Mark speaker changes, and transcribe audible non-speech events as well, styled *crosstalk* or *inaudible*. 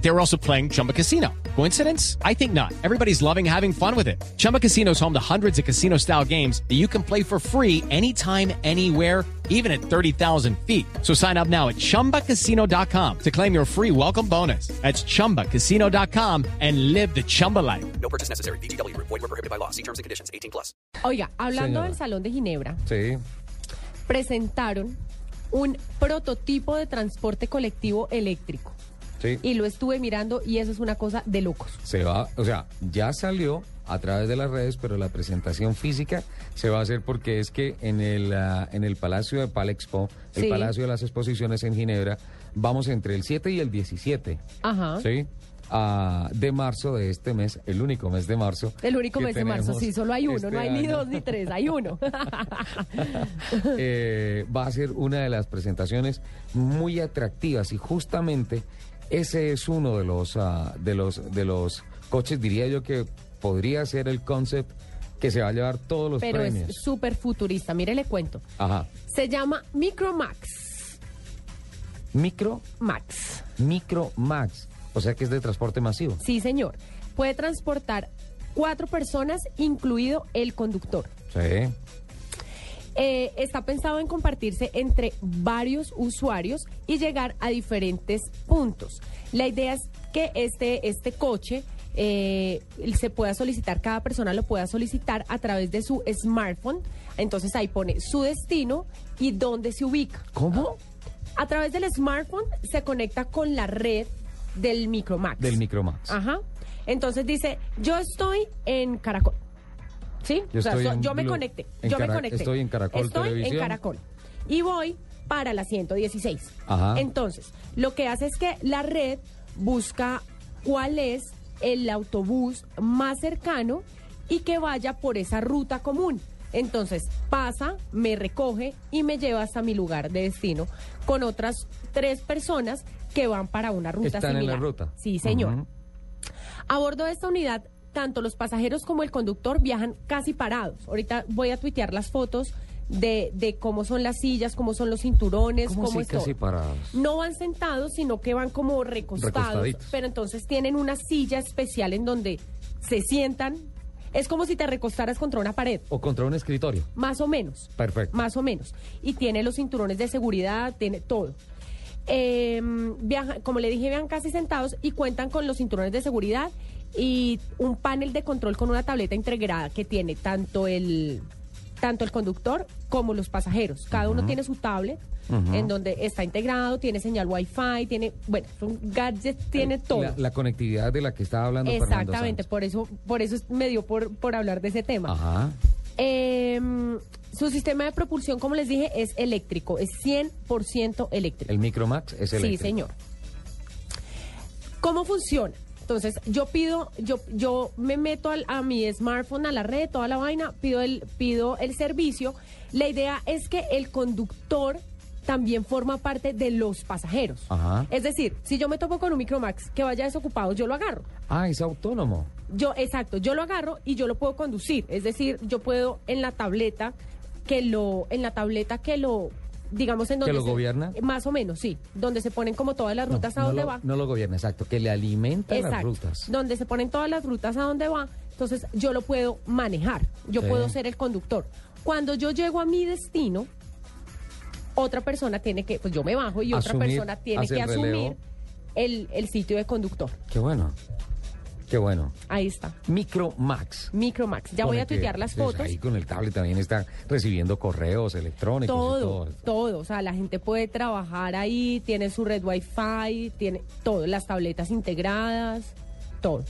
Speaker 1: They were also playing Chumba Casino. Coincidence? I think not. Everybody's loving having fun with it. Chumba Casino is home to hundreds of casino style games that you can play for free anytime, anywhere even at 30,000 feet. So sign up now at ChumbaCasino.com to claim your free welcome bonus. That's ChumbaCasino.com and live the Chumba life.
Speaker 2: No purchase necessary. BGW. Void were prohibited by law. See terms and conditions. 18 plus.
Speaker 3: Oiga, hablando
Speaker 4: Señora.
Speaker 3: del Salón de Ginebra,
Speaker 4: Sí.
Speaker 3: presentaron un prototipo de transporte colectivo eléctrico.
Speaker 4: Sí.
Speaker 3: Y lo estuve mirando y eso es una cosa de locos.
Speaker 4: Se va, o sea, ya salió a través de las redes, pero la presentación física se va a hacer porque es que en el, ah, en el Palacio de Palexpo, el
Speaker 3: Sí.
Speaker 4: Palacio de las Exposiciones en Ginebra, vamos entre el 7 y el 17.
Speaker 3: Ajá.
Speaker 4: ¿Sí? ah, de marzo de este mes, el único mes de marzo.
Speaker 3: El único
Speaker 4: que
Speaker 3: mes de marzo,
Speaker 4: tenemos
Speaker 3: sí, solo hay uno,
Speaker 4: este
Speaker 3: no hay ni
Speaker 4: año.
Speaker 3: dos ni tres, hay uno.
Speaker 4: *laughs*
Speaker 3: *laughs*
Speaker 4: Eh, va a ser una de las presentaciones muy atractivas y justamente ese es uno de los ah, de los de los coches diría yo que podría ser el concept que se va a llevar todos los
Speaker 3: Pero
Speaker 4: premios.
Speaker 3: es súper futurista, mire, le cuento.
Speaker 4: Ajá.
Speaker 3: Se llama Micromax.
Speaker 4: Micro
Speaker 3: Max.
Speaker 4: Micro Max, o sea que es de transporte masivo.
Speaker 3: Sí, señor. Puede transportar cuatro personas, incluido el conductor.
Speaker 4: Sí.
Speaker 3: Eh, está pensado en compartirse entre varios usuarios y llegar a diferentes puntos. La idea es que este, este coche eh, se pueda solicitar, cada persona lo pueda solicitar a través de su smartphone. Entonces ahí pone su destino y dónde se ubica.
Speaker 4: ¿Cómo?
Speaker 3: A través del smartphone se conecta con la red del Micromax.
Speaker 4: Del Micro Max.
Speaker 3: Ajá. Entonces dice, yo estoy en Caracol. ¿Sí?
Speaker 4: Yo
Speaker 3: O sea,
Speaker 4: estoy
Speaker 3: so-
Speaker 4: en
Speaker 3: yo me
Speaker 4: Blue.
Speaker 3: conecté.
Speaker 4: En
Speaker 3: Yo me
Speaker 4: Cara-
Speaker 3: conecté.
Speaker 4: estoy en Caracol
Speaker 3: Estoy en
Speaker 4: Televisión.
Speaker 3: Caracol. Y voy para la 116.
Speaker 4: Ajá.
Speaker 3: Entonces, lo que hace es que la red busca cuál es el autobús más cercano y que vaya por esa ruta común. Entonces, pasa, me recoge y me lleva hasta mi lugar de destino con otras tres personas que van para una ruta
Speaker 4: Están en la
Speaker 3: similar.
Speaker 4: ruta.
Speaker 3: Sí, señor.
Speaker 4: Ujú.
Speaker 3: A bordo de esta unidad, tanto los pasajeros como el conductor viajan casi parados. Ahorita voy a tuitear las fotos de, de cómo son las sillas, cómo son los cinturones,
Speaker 4: ¿Cómo
Speaker 3: cómo,
Speaker 4: así
Speaker 3: es todo.
Speaker 4: casi parados?
Speaker 3: No van sentados, sino que van como recostados.
Speaker 4: Recostaditos.
Speaker 3: Pero entonces tienen una silla especial en donde se sientan. Es como si te recostaras contra una pared,
Speaker 4: O contra un escritorio.
Speaker 3: más o menos
Speaker 4: Perfecto.
Speaker 3: más o menos. Y tiene los cinturones de seguridad, tiene todo. Eh, viaja- como le dije, vean casi sentados y cuentan con los cinturones de seguridad y un panel de control con una tableta integrada que tiene tanto el tanto el conductor como los pasajeros. Cada uno tiene su tablet en donde está integrado, tiene señal wifi, tiene, bueno, es un gadget, tiene todo.
Speaker 4: La, la conectividad de la que estaba hablando Fernando
Speaker 3: Exactamente,
Speaker 4: Santos.
Speaker 3: por eso, por eso es- me dio por, por hablar de ese tema.
Speaker 4: Ajá.
Speaker 3: Em, su sistema de propulsión, como les dije, es eléctrico, es 100% eléctrico.
Speaker 4: El Micro Max es el
Speaker 3: Sí, señor. ¿Cómo funciona? Entonces, yo pido, yo, yo me meto al- a mi smartphone, a la red, toda la vaina, pido el, pido el servicio. La idea es que el conductor también forma parte de los pasajeros.
Speaker 4: Ajá.
Speaker 3: Es decir, si yo me topo con un Micromax que vaya desocupado, yo lo agarro.
Speaker 4: Ah, es autónomo.
Speaker 3: Yo, exacto, yo lo agarro y yo lo puedo conducir. Es decir, yo puedo en la tableta que lo, en la tableta que lo, digamos en
Speaker 4: ¿Que
Speaker 3: donde Eh,
Speaker 4: lo gobierna?
Speaker 3: más o menos, sí, donde se ponen como todas las
Speaker 4: No,
Speaker 3: rutas a
Speaker 4: no
Speaker 3: donde
Speaker 4: lo,
Speaker 3: va.
Speaker 4: No lo gobierna, exacto, que le alimenta las
Speaker 3: Exacto.
Speaker 4: rutas.
Speaker 3: Donde se ponen todas las rutas a donde va, entonces yo lo puedo manejar, yo
Speaker 4: Sí.
Speaker 3: puedo ser el conductor. Cuando yo llego a mi destino, otra persona tiene que, pues yo me bajo y otra
Speaker 4: Asumir,
Speaker 3: persona tiene
Speaker 4: hace
Speaker 3: que
Speaker 4: el relevo.
Speaker 3: asumir el, el sitio de conductor.
Speaker 4: Qué bueno, qué bueno.
Speaker 3: Ahí está.
Speaker 4: Micro Max.
Speaker 3: Micromax. Ya
Speaker 4: Con
Speaker 3: voy
Speaker 4: el
Speaker 3: a
Speaker 4: que,
Speaker 3: tuitear las
Speaker 4: pues,
Speaker 3: fotos.
Speaker 4: Ahí con el tablet también está recibiendo correos electrónicos.
Speaker 3: Todo,
Speaker 4: y todo.
Speaker 3: todo. O sea, la gente puede trabajar ahí, tiene su red wifi, tiene todo, las tabletas integradas, todo.